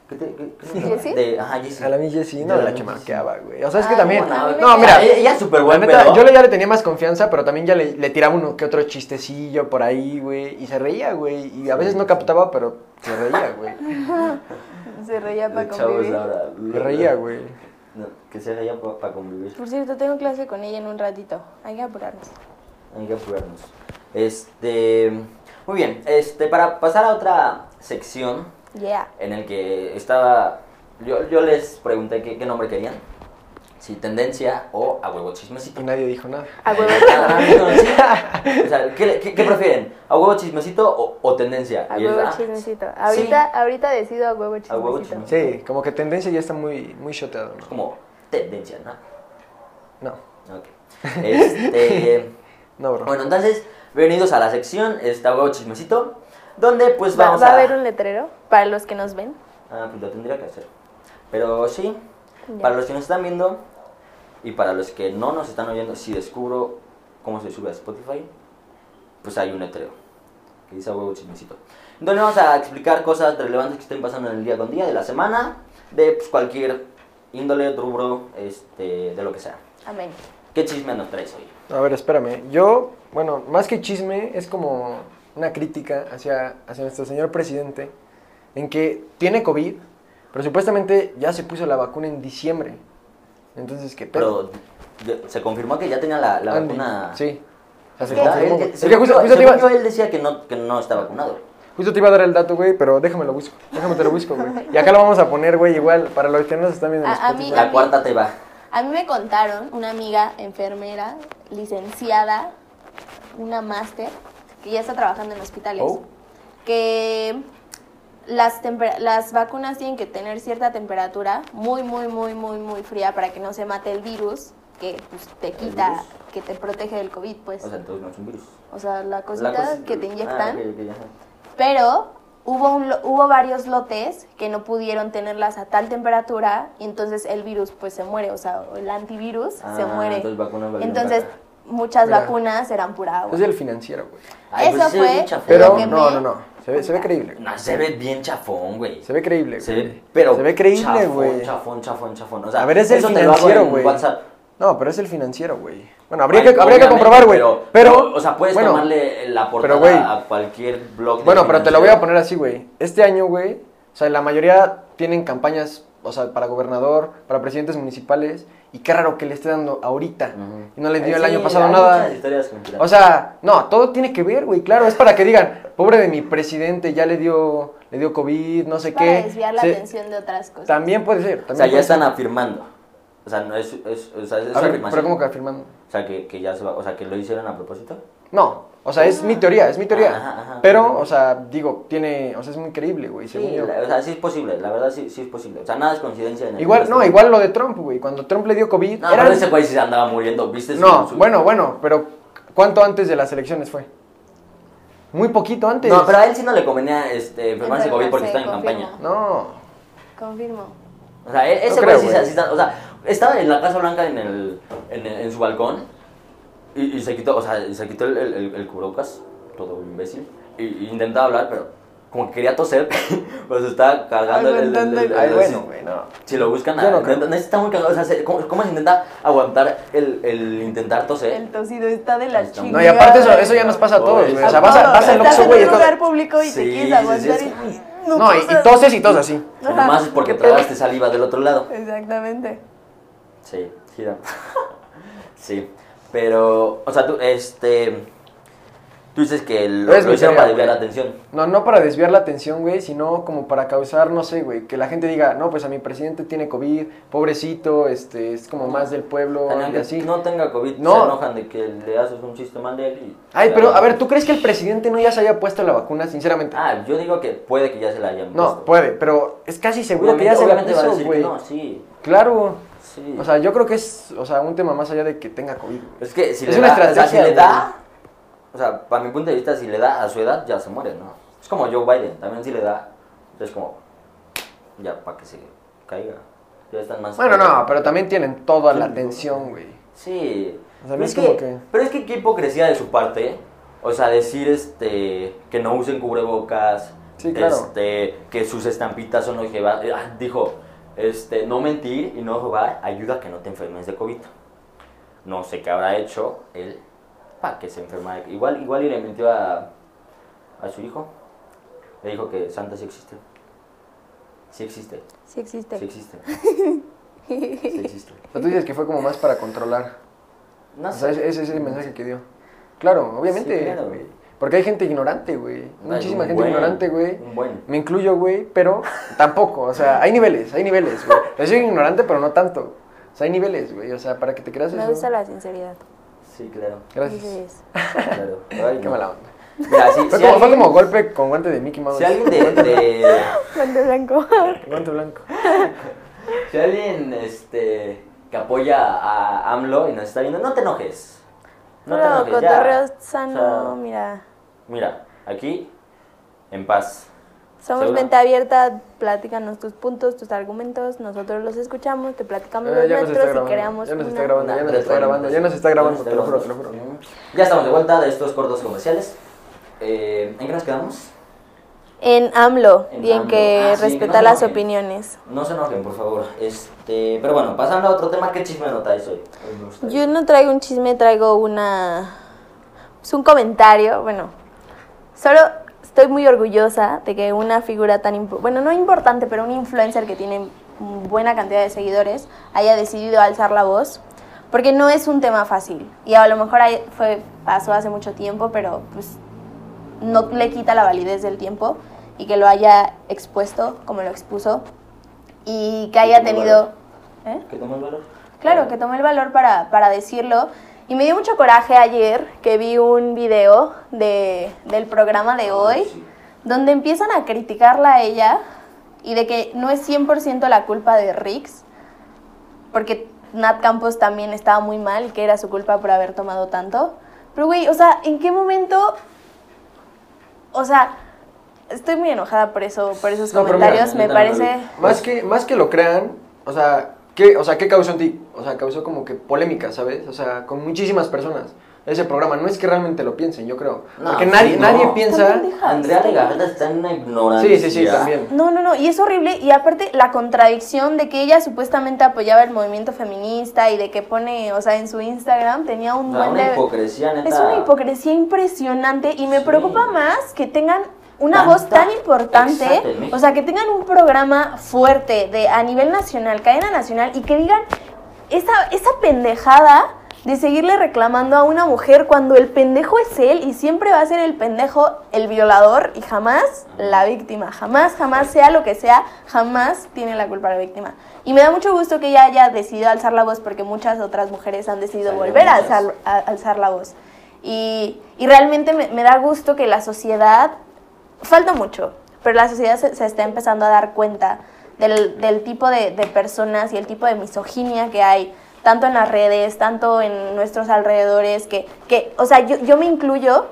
Speaker 2: ¿Qué te.? Qué, qué se llama?
Speaker 1: ¿Jessie?
Speaker 2: De, ajá, Jessie.
Speaker 3: A la mí Jessie, no,
Speaker 2: De
Speaker 3: la
Speaker 2: Miss
Speaker 3: que
Speaker 2: Jessie.
Speaker 3: marqueaba, güey. O sea, es que
Speaker 1: Ay,
Speaker 3: también...
Speaker 1: bueno, Ah, a mí me
Speaker 3: No,
Speaker 1: cae-
Speaker 3: mira,
Speaker 2: Ella- ella es súper
Speaker 3: La
Speaker 2: buena.
Speaker 3: neta, yo le- ya le tenía más confianza, pero también ya le, le tiraba uno que otro chistecillo por ahí, güey. Y se reía, güey. Y a veces no captaba, pero se reía, güey.
Speaker 1: Se reía para
Speaker 2: Los chavos
Speaker 1: convivir.
Speaker 2: ahora.
Speaker 3: Se reía, güey.
Speaker 2: No, que se reía para convivir.
Speaker 1: Por cierto, tengo clase con ella en un ratito. Hay que apurarnos.
Speaker 2: Hay que apurarnos. Este. Muy bien, este, para pasar a otra sección
Speaker 1: Yeah.
Speaker 2: en el que estaba. Yo, yo les pregunté qué, qué nombre querían. Si tendencia o a huevo chismecito.
Speaker 3: Y nadie dijo nada.
Speaker 1: A huevo.
Speaker 2: Ah, o sea, ¿qué, le- qué, qué prefieren? ¿A huevo chismecito o, o tendencia?
Speaker 1: A
Speaker 2: Y es,
Speaker 1: huevo
Speaker 2: ah,
Speaker 1: chismecito. Ahorita, ahorita decido a huevo chismecito.
Speaker 2: huevo chismecito.
Speaker 3: Sí, como que tendencia ya está muy, muy shoteado,
Speaker 2: Es
Speaker 3: ¿no?
Speaker 2: como tendencia, ¿no?
Speaker 3: No.
Speaker 2: Ok. Este,
Speaker 3: No, bro.
Speaker 2: bueno, entonces, bienvenidos a la sección, esta huevo chismecito, donde pues
Speaker 1: Va,
Speaker 2: vamos
Speaker 1: va a
Speaker 2: a...
Speaker 1: haber un letrero para los que nos ven.
Speaker 2: Ah, pues lo tendría que hacer. Pero sí,
Speaker 1: Ya.
Speaker 2: para los que nos están viendo y para los que no nos están oyendo, si descubro cómo se sube a Spotify, pues hay un letrero que dice a huevo chismecito. Entonces vamos a explicar cosas relevantes que estén pasando en el día con día, de la semana, de pues, cualquier índole, rubro, este, de lo que sea.
Speaker 1: Amén.
Speaker 2: ¿Qué chisme nos traes hoy?
Speaker 3: A ver, espérame. Yo, bueno, más que chisme, es como una crítica hacia, hacia nuestro señor presidente, en que tiene COVID, pero supuestamente ya se puso la vacuna en diciembre. Entonces, ¿qué pedo?
Speaker 2: Pero de- se confirmó que ya tenía la, la
Speaker 3: Andy,
Speaker 2: vacuna.
Speaker 3: Sí. O sea, se
Speaker 1: Es que-
Speaker 2: Él-
Speaker 3: confirmó, güey.
Speaker 2: él-
Speaker 3: Es que
Speaker 2: según
Speaker 3: justo-
Speaker 2: yo-
Speaker 3: justo te iba-
Speaker 2: según yo, él decía que no, que no está vacunado.
Speaker 3: Justo te iba a dar el dato, güey, pero déjame lo busco. Déjame te lo busco, güey. Y acá lo vamos a poner, güey, igual, para los que no nos están viendo en
Speaker 1: A- a mí-
Speaker 3: Spotify.
Speaker 2: La cuarta te va.
Speaker 1: A mí me contaron una amiga enfermera, licenciada, una máster, que ya está trabajando en hospitales,
Speaker 3: Oh.
Speaker 1: que las, temper- las vacunas tienen que tener cierta temperatura muy, muy, muy, muy, muy fría para que no se mate el virus que pues, te quita,
Speaker 2: virus?
Speaker 1: que te protege del COVID, pues.
Speaker 2: O sea, entonces no es un virus.
Speaker 1: O sea, la cosita
Speaker 2: La cosa-
Speaker 1: que te
Speaker 2: ah,
Speaker 1: inyectan.
Speaker 2: ok, ok, ajá.
Speaker 1: Pero hubo, un lo- hubo varios lotes que no pudieron tenerlas a tal temperatura y entonces el virus pues se muere, o sea, el antivirus se
Speaker 2: Ah,
Speaker 1: muere.
Speaker 2: entonces vacunas valieron
Speaker 1: Entonces,
Speaker 2: caca.
Speaker 1: muchas
Speaker 3: Mira.
Speaker 1: vacunas eran pura agua.
Speaker 3: Es del financiero, güey.
Speaker 2: Ay,
Speaker 1: Eso
Speaker 2: pues sí se ve
Speaker 1: fue
Speaker 2: bien chafón.
Speaker 1: lo
Speaker 3: Pero,
Speaker 1: que
Speaker 3: no,
Speaker 1: me
Speaker 3: no, no. Se ve, se ve creíble. güey.
Speaker 2: No, se ve bien chafón, güey.
Speaker 3: Se ve creíble, güey.
Speaker 2: Se ve- pero
Speaker 3: Se ve creíble,
Speaker 2: chafón,
Speaker 3: güey.
Speaker 2: Chafón, chafón, chafón. O sea,
Speaker 3: A ver, es el
Speaker 2: eso te lo hago
Speaker 3: financiero,
Speaker 2: en
Speaker 3: güey.
Speaker 2: WhatsApp.
Speaker 3: No, pero es el financiero, güey. Bueno, habría,
Speaker 2: Ay,
Speaker 3: que, habría que
Speaker 2: obviamente,
Speaker 3: comprobar, güey. Pero,
Speaker 2: o sea, puedes
Speaker 3: bueno,
Speaker 2: tomarle la portada
Speaker 3: güey,
Speaker 2: a cualquier blog. del
Speaker 3: Bueno, pero te lo
Speaker 2: financiero.
Speaker 3: voy a poner así, güey. Este año, güey, o sea, la mayoría tienen campañas, o sea, para gobernador, para presidentes municipales. Y qué raro que le esté dando ahorita.
Speaker 2: Ujú.
Speaker 3: Y no le dio
Speaker 2: Ay,
Speaker 3: el
Speaker 2: Eh, sí,
Speaker 3: año pasado
Speaker 2: hay
Speaker 3: nada.
Speaker 2: muchas historias conspirativas.
Speaker 3: O sea, no, todo tiene que ver, güey, claro, es para que digan, pobre de mi presidente, ya le dio, le dio COVID, no sé
Speaker 1: Para
Speaker 3: qué.
Speaker 1: desviar la
Speaker 3: Se-
Speaker 1: atención de otras cosas.
Speaker 3: También puede ser, también
Speaker 2: O sea, ya
Speaker 3: puede ser.
Speaker 2: están afirmando. O sea, no es, es, o sea, es
Speaker 3: A ver,
Speaker 2: afirmación.
Speaker 3: pero como que afirmando.
Speaker 2: O sea, que, que ya se va, o sea, que lo hicieron a propósito.
Speaker 3: No, o sea, es mi teoría, es mi teoría.
Speaker 2: Ajá, ajá.
Speaker 3: pero, o sea, digo, tiene, o sea, es muy creíble, güey. según
Speaker 2: Sí,
Speaker 3: yo.
Speaker 2: la- o sea, sí es posible, la verdad sí, sí es posible. O sea, nada es coincidencia en el
Speaker 3: Igual,
Speaker 2: mundo
Speaker 3: no,
Speaker 2: este.
Speaker 3: igual lo de Trump, güey. Cuando Trump le dio COVID,
Speaker 2: No,
Speaker 3: era-
Speaker 2: pero ese güey sí se andaba muriendo, ¿viste? Su-
Speaker 3: No,
Speaker 2: su-
Speaker 3: bueno, bueno, pero ¿cuánto antes de las elecciones fue? Muy poquito antes.
Speaker 2: No, pero a él sí no le convenía este, enfermarse de COVID porque está en
Speaker 1: Enfermarse,
Speaker 2: campaña.
Speaker 1: confirmo.
Speaker 3: No.
Speaker 1: Confirmo.
Speaker 2: O sea, e- ese
Speaker 3: No
Speaker 2: güey
Speaker 3: creo,
Speaker 2: sí,
Speaker 3: güey.
Speaker 2: se- sí está- O sea, estaba en la Casa Blanca en, el, en, el- en su balcón y, y se quitó, o sea, y se quitó el, el, el, el cubrebocas, todo imbécil, y, y intentaba hablar, pero como que quería toser, pues estaba cargando el- el... el- el-
Speaker 3: Ay,
Speaker 2: el-
Speaker 3: bueno, güey, no.
Speaker 2: Si lo buscan,
Speaker 3: Yo no
Speaker 2: ah,
Speaker 3: creo.
Speaker 2: no- no, está muy cagado. O sea, se- ¿cómo, cómo se intenta aguantar el, el intentar toser?
Speaker 1: El tosido está de la
Speaker 2: Está muy-
Speaker 1: chingada.
Speaker 3: No, y aparte eso, eso ya nos pasa a todos,
Speaker 2: Oye,
Speaker 3: güey. O sea, vas, a-
Speaker 1: todos.
Speaker 3: vas al
Speaker 1: Estás
Speaker 3: Oxxo,
Speaker 1: en
Speaker 3: güey.
Speaker 1: un
Speaker 3: y todo-
Speaker 1: lugar público y te
Speaker 2: Sí,
Speaker 1: quieres
Speaker 2: sí,
Speaker 1: aguantar
Speaker 2: sí,
Speaker 1: y-
Speaker 2: sí.
Speaker 1: no
Speaker 3: No, y, y
Speaker 1: tosas.
Speaker 3: toses y toses así.
Speaker 2: Y Nomás es porque
Speaker 1: Que te-
Speaker 2: tragaste saliva del otro lado.
Speaker 1: Exactamente.
Speaker 2: Sí, gira. sí. Pero, o sea, tú, este. Tú dices que lo,
Speaker 3: Es
Speaker 2: lo
Speaker 3: mi
Speaker 2: hicieron
Speaker 3: teoría,
Speaker 2: para desviar la
Speaker 3: güey.
Speaker 2: atención.
Speaker 3: No, no para desviar la atención, güey, sino como para causar, no sé, güey, que la gente diga, no, pues a mi presidente tiene COVID, pobrecito, este, es como más del pueblo
Speaker 2: O sea,
Speaker 3: y
Speaker 2: aunque
Speaker 3: así.
Speaker 2: No tenga COVID, se
Speaker 3: No.
Speaker 2: enojan de que le haces un chiste mal de él y.
Speaker 3: Ay, pero a ver, ¿tú crees que el presidente no ya se haya puesto la vacuna, sinceramente?
Speaker 2: Ah, yo digo que puede que ya se la hayan
Speaker 3: no,
Speaker 2: puesto.
Speaker 3: puede, pero es casi seguro
Speaker 2: Obviamente-
Speaker 3: que ya se la
Speaker 2: obviamente va a
Speaker 3: puso,
Speaker 2: decir que
Speaker 3: güey.
Speaker 2: No, sí.
Speaker 3: Claro.
Speaker 2: Sí.
Speaker 3: O sea, yo creo que es, o sea, un tema más allá de que tenga COVID. güey.
Speaker 2: Es que si
Speaker 3: Es
Speaker 2: le
Speaker 3: una
Speaker 2: da, o sea,
Speaker 3: estrategia,
Speaker 2: si le
Speaker 3: güey.
Speaker 2: da, o sea, para mi punto de vista, si le da a su edad, ya se muere, ¿no? Es como Joe Biden, también si le da, es como, ya, para que se caiga. Ya están más...
Speaker 3: Bueno, no, pero también tienen toda la atención, güey.
Speaker 2: Sí.
Speaker 3: O sea,
Speaker 2: pero,
Speaker 3: a mí
Speaker 2: es
Speaker 3: es
Speaker 2: que,
Speaker 3: como que-
Speaker 2: pero es que qué hipocresía de su parte, ¿eh? o sea, decir este que no usen cubrebocas,
Speaker 3: Sí, claro.
Speaker 2: este, que sus estampitas son ojevadas. Eh, ah, Dijo, este, no mentir y no robar ayuda a que no te enfermes de COVID. No sé qué habrá hecho él para que se enfermara. Igual, igual y le mintió a, a su hijo. Le dijo que Santa sí existe. Sí existe.
Speaker 1: Sí existe.
Speaker 2: Sí existe. Sí existe.
Speaker 3: O sea, tú dices que fue como más para controlar.
Speaker 2: No
Speaker 3: O sea,
Speaker 2: sé.
Speaker 3: ese ese es el mensaje que dio. Claro, obviamente.
Speaker 2: Sí, claro, güey.
Speaker 3: Porque hay gente ignorante, güey.
Speaker 2: Hay
Speaker 3: Muchísima
Speaker 2: un
Speaker 3: gente
Speaker 2: buen,
Speaker 3: ignorante, güey.
Speaker 2: un buen.
Speaker 3: Me incluyo, güey, pero tampoco. O sea, hay niveles, hay niveles, güey. Yo soy ignorante, pero no tanto. O sea, hay niveles, güey. O sea, para que te creas
Speaker 1: Me
Speaker 3: eso.
Speaker 1: gusta la sinceridad.
Speaker 2: Sí, claro.
Speaker 3: Gracias.
Speaker 1: Dices,
Speaker 2: Claro. Ay,
Speaker 3: Qué
Speaker 2: no.
Speaker 3: mala onda.
Speaker 2: Mira, si,
Speaker 3: Fue,
Speaker 2: si
Speaker 3: como, fue
Speaker 2: alguien,
Speaker 3: como golpe con guante de Mickey Mouse.
Speaker 2: si alguien de, de-
Speaker 1: Guante blanco.
Speaker 3: Guante blanco.
Speaker 2: si alguien, este, que apoya a AMLO y nos está viendo, no te enojes. No te
Speaker 1: Puro
Speaker 2: enojes, ya.
Speaker 1: cotorreo
Speaker 2: O
Speaker 1: sano,
Speaker 2: sea,
Speaker 1: mira.
Speaker 2: Mira, aquí, en paz.
Speaker 1: Somos
Speaker 2: ¿seguro?
Speaker 1: mente abierta, platícanos tus puntos, tus argumentos, nosotros los escuchamos, te platicamos
Speaker 3: Ah,
Speaker 1: los
Speaker 3: ya nos está
Speaker 1: nuestros y
Speaker 3: grabando.
Speaker 1: creamos
Speaker 3: Ya nos está
Speaker 1: una.
Speaker 3: grabando, ya nos está grabando, ya nos está grabando, te lo juro, te lo juro.
Speaker 2: Ya estamos de vuelta de estos cortos comerciales. Eh, ¿En qué nos quedamos?
Speaker 1: En AMLO,
Speaker 2: En
Speaker 1: y en
Speaker 2: AMLO.
Speaker 1: que
Speaker 2: Ah, sí,
Speaker 1: respeta
Speaker 2: no,
Speaker 1: las
Speaker 2: no, en-
Speaker 1: opiniones.
Speaker 2: No se enojen, por favor. Este, pero bueno, pasando a otro tema, ¿qué chisme notáis hoy? Hoy me gusta.
Speaker 1: Yo no traigo un chisme, traigo una. Es un comentario. Bueno, solo estoy muy orgullosa de que una figura tan. impo- Bueno, no importante, pero un influencer que tiene mm, buena cantidad de seguidores haya decidido alzar la voz. Porque no es un tema fácil. Y a lo mejor ahí fue, pasó hace mucho tiempo, pero pues no le quita la validez del tiempo y que lo haya expuesto como lo expuso y que haya
Speaker 2: Tiene
Speaker 1: tenido.
Speaker 2: valor.
Speaker 1: ¿Eh?
Speaker 2: ¿Qué tomó el valor? Ah.
Speaker 1: Claro, que tomé el valor para, para decirlo. Y me dio mucho coraje ayer que vi un video de, del programa de hoy
Speaker 2: Sí.
Speaker 1: donde empiezan a criticarla a ella y de que no es 100% la culpa de Rix, porque Nat Campos también estaba muy mal y que era su culpa por haber tomado tanto. Pero, güey, o sea, ¿en qué momento? O sea, estoy muy enojada por eso, por esos
Speaker 3: No, pero mira,
Speaker 1: comentarios, me
Speaker 2: no, no, no.
Speaker 1: parece...
Speaker 3: Más que, más que lo crean, o sea, ¿qué, o sea, ¿qué causó en ti? O sea, causó como que polémica, ¿sabes? O sea, con muchísimas personas. Ese programa, no es que realmente lo piensen, yo creo.
Speaker 2: No,
Speaker 3: Porque
Speaker 2: sí,
Speaker 3: nadie,
Speaker 2: no.
Speaker 3: nadie piensa...
Speaker 1: También deja-
Speaker 2: Andrea Legarreta está en una ignorancia.
Speaker 3: Sí, sí, sí, también.
Speaker 1: No, no, no, y es horrible. Y aparte, la contradicción de que ella supuestamente apoyaba el movimiento feminista y de que pone, o sea, en su Instagram tenía un
Speaker 2: No,
Speaker 1: buen
Speaker 2: una
Speaker 1: de-
Speaker 2: hipocresía, neta.
Speaker 1: Es una hipocresía impresionante y me
Speaker 2: Sí.
Speaker 1: preocupa más que tengan una
Speaker 2: Tanta-
Speaker 1: voz tan importante,
Speaker 2: Exacto, en México.
Speaker 1: o sea, que tengan un programa fuerte de a nivel nacional, cadena nacional y que digan esa, esa pendejada de seguirle reclamando a una mujer cuando el pendejo es él y siempre va a ser el pendejo el violador y jamás la víctima, jamás, jamás sea lo que sea, jamás tiene la culpa la víctima. Y me da mucho gusto que ella haya decidido alzar la voz porque muchas otras mujeres han decidido
Speaker 2: Salen
Speaker 1: volver a
Speaker 2: muchas.
Speaker 1: alzar, a- alzar la voz. Y, y realmente me, me da gusto que la sociedad, falta mucho, pero la sociedad se, se está empezando a dar cuenta del, del tipo de, de personas y el tipo de misoginia que hay, tanto en las redes, tanto en nuestros alrededores, que, que o sea, yo, yo me incluyo,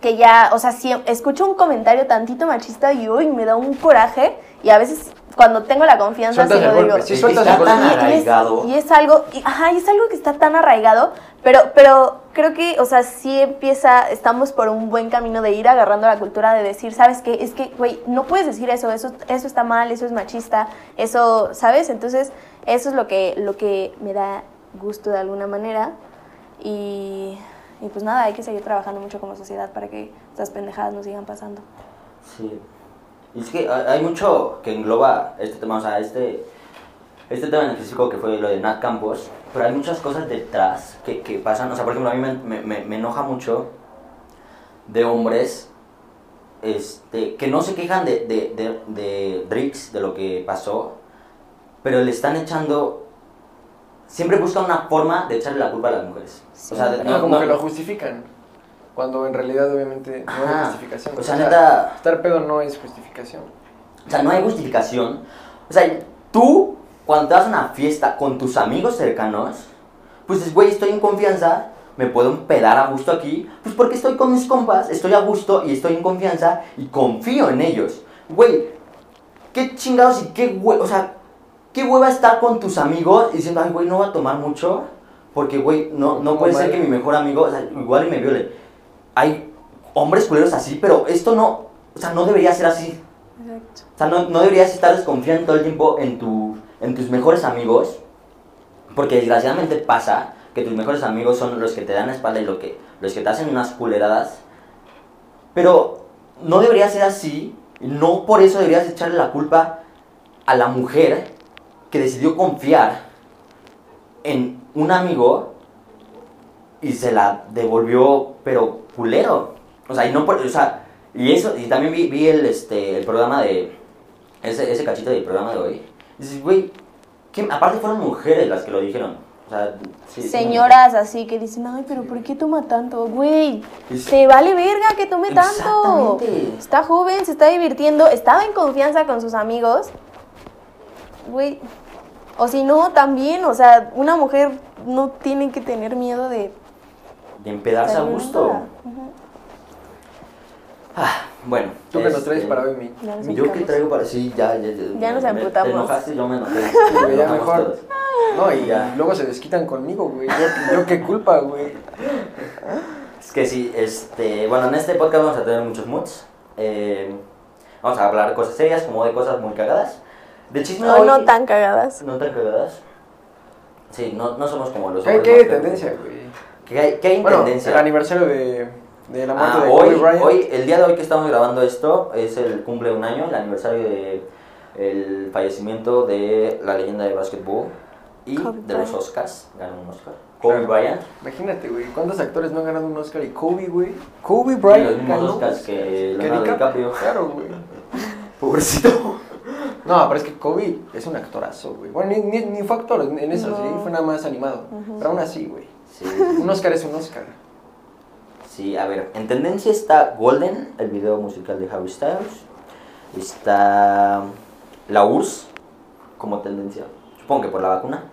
Speaker 1: que ya, o sea, si escucho un comentario tantito machista y hoy me da un coraje y a veces cuando tengo la confianza
Speaker 3: Sueltas
Speaker 1: se lo
Speaker 3: el
Speaker 1: digo.
Speaker 3: golpe, sí,
Speaker 2: Es que
Speaker 3: sueltas
Speaker 2: está
Speaker 3: el golpe.
Speaker 2: tan
Speaker 1: Y- y es-
Speaker 2: arraigado.
Speaker 1: Y es, algo, y- ajá, y es algo que está tan arraigado, pero, pero creo que, o sea, sí empieza, estamos por un buen camino de ir agarrando la cultura de decir, ¿sabes qué? Es que, güey, no puedes decir eso, eso, eso está mal, eso es machista, eso, ¿sabes? Entonces, eso es lo que, lo que me da gusto de alguna manera. Y, y pues nada, hay que seguir trabajando mucho como sociedad para que estas pendejadas no sigan pasando.
Speaker 2: Sí. Y es que ha- hay mucho que engloba este tema, o sea, este, este tema en específico que fue lo de Nat Campos, pero hay muchas cosas detrás que, que pasan, o sea, por ejemplo, a mí me, me- me- me enoja mucho de hombres este, que no se quejan de, de, de, de Drix, de lo que pasó, pero le están echando... Siempre busca una forma de echarle la culpa a las mujeres. O sea, de-
Speaker 3: Ajá,
Speaker 2: no-
Speaker 3: como
Speaker 2: no-
Speaker 3: que lo justifican. Cuando en realidad, obviamente, no
Speaker 2: Ajá.
Speaker 3: hay justificación.
Speaker 2: Ah, O sea, neta-
Speaker 3: Estar pedo no es justificación.
Speaker 2: O sea, no hay justificación. O sea, tú, cuando te vas a una fiesta con tus amigos cercanos, pues dices, güey, estoy en confianza, me puedo empedar a gusto aquí, pues porque estoy con mis compas, estoy a gusto y estoy en confianza y confío en ellos. Güey, qué chingados y qué hue... O sea, qué hueva estar con tus amigos y diciendo, ay, güey, no voy a tomar mucho, porque, güey, no, no
Speaker 3: No
Speaker 2: puede ser
Speaker 3: vale.
Speaker 2: que mi mejor amigo, o sea, igual y me viole. Hay hombres culeros así, pero esto no, o sea, no debería ser así.
Speaker 1: Exacto.
Speaker 2: O sea, no, no deberías estar desconfiando todo el tiempo en, tu, en tus mejores amigos, porque desgraciadamente pasa que tus mejores amigos son los que te dan la espalda y lo que, los que te hacen unas culeradas. Pero no debería ser así, y no por eso deberías echarle la culpa a la mujer que decidió confiar en un amigo y se la devolvió, pero culero. O sea, y no por, o sea, y eso, y también vi, vi el, este, el programa de, ese, ese cachito del programa de hoy. Y dices, güey, ¿qué- aparte fueron mujeres las que lo dijeron. O sea, sí, sí,
Speaker 1: Señoras así que dicen, ay, pero ¿por qué toma tanto? Güey,
Speaker 2: Es-
Speaker 1: se vale verga que tome tanto.
Speaker 2: Exactamente.
Speaker 1: Está joven, se está divirtiendo, estaba en confianza con sus amigos. Güey, O si no, también, o sea, una mujer no tiene que tener miedo de...
Speaker 2: De empedarse a
Speaker 1: salir
Speaker 2: gusto.
Speaker 1: embarazada. Ujú.
Speaker 2: Ah, bueno.
Speaker 3: Tú que lo
Speaker 2: este,
Speaker 3: traes para hoy, mi.
Speaker 1: Ya nos
Speaker 2: Yo que
Speaker 1: ubicamos.
Speaker 2: traigo para sí, ya, ya, ya.
Speaker 1: Ya nos
Speaker 2: me-
Speaker 1: emputamos.
Speaker 2: Te enojaste, yo me enojé.
Speaker 3: güey, ya
Speaker 2: Nos enojamos
Speaker 3: mejor.
Speaker 2: todos.
Speaker 3: No, y
Speaker 2: Ya.
Speaker 3: luego se desquitan conmigo, güey. Yo, yo qué culpa, güey.
Speaker 2: Es que sí, este, bueno, en este podcast vamos a tener muchos moods. Eh, vamos a hablar de cosas serias, como de cosas muy cagadas. De chisme
Speaker 1: No,
Speaker 2: hoy-
Speaker 1: no tan cagadas.
Speaker 2: No tan cagadas. Sí, no, no somos como los
Speaker 3: ¿Qué,
Speaker 2: hombres
Speaker 3: qué
Speaker 2: más cagados.
Speaker 3: tendencia, güey?
Speaker 2: ¿Qué hay, qué hay en
Speaker 3: Bueno,
Speaker 2: tendencia?
Speaker 3: el aniversario de, de la muerte
Speaker 2: Ah,
Speaker 3: de
Speaker 2: hoy,
Speaker 3: Kobe Bryant.
Speaker 2: hoy, el día de hoy que estamos grabando esto, es el cumple de un año, el aniversario de el fallecimiento de la leyenda de básquetbol y
Speaker 1: Kobe
Speaker 2: de los
Speaker 1: Bryant.
Speaker 2: Oscars. Ganó un Oscar. Kobe
Speaker 3: Claro.
Speaker 2: Bryant.
Speaker 3: Imagínate, güey, ¿cuántos actores no han ganado un Oscar? Y Kobe, güey.
Speaker 2: Y
Speaker 3: Kobe
Speaker 2: los
Speaker 3: Bryant
Speaker 2: mismos
Speaker 3: ganó.
Speaker 2: Oscars que Leonardo DiCaprio.
Speaker 3: Claro, güey.
Speaker 2: Pobrecito.
Speaker 3: No, pero es que Kobe es un actorazo, güey. Bueno, ni, ni, ni fue actor en en eso,
Speaker 1: No.
Speaker 3: sí, fue nada más animado. Pero aún así, güey.
Speaker 2: Sí,
Speaker 3: Un Oscar es un Oscar.
Speaker 2: sí, a ver. En tendencia está Golden, el video musical de Harry Styles. Está la URSS como tendencia. Supongo que por la vacuna.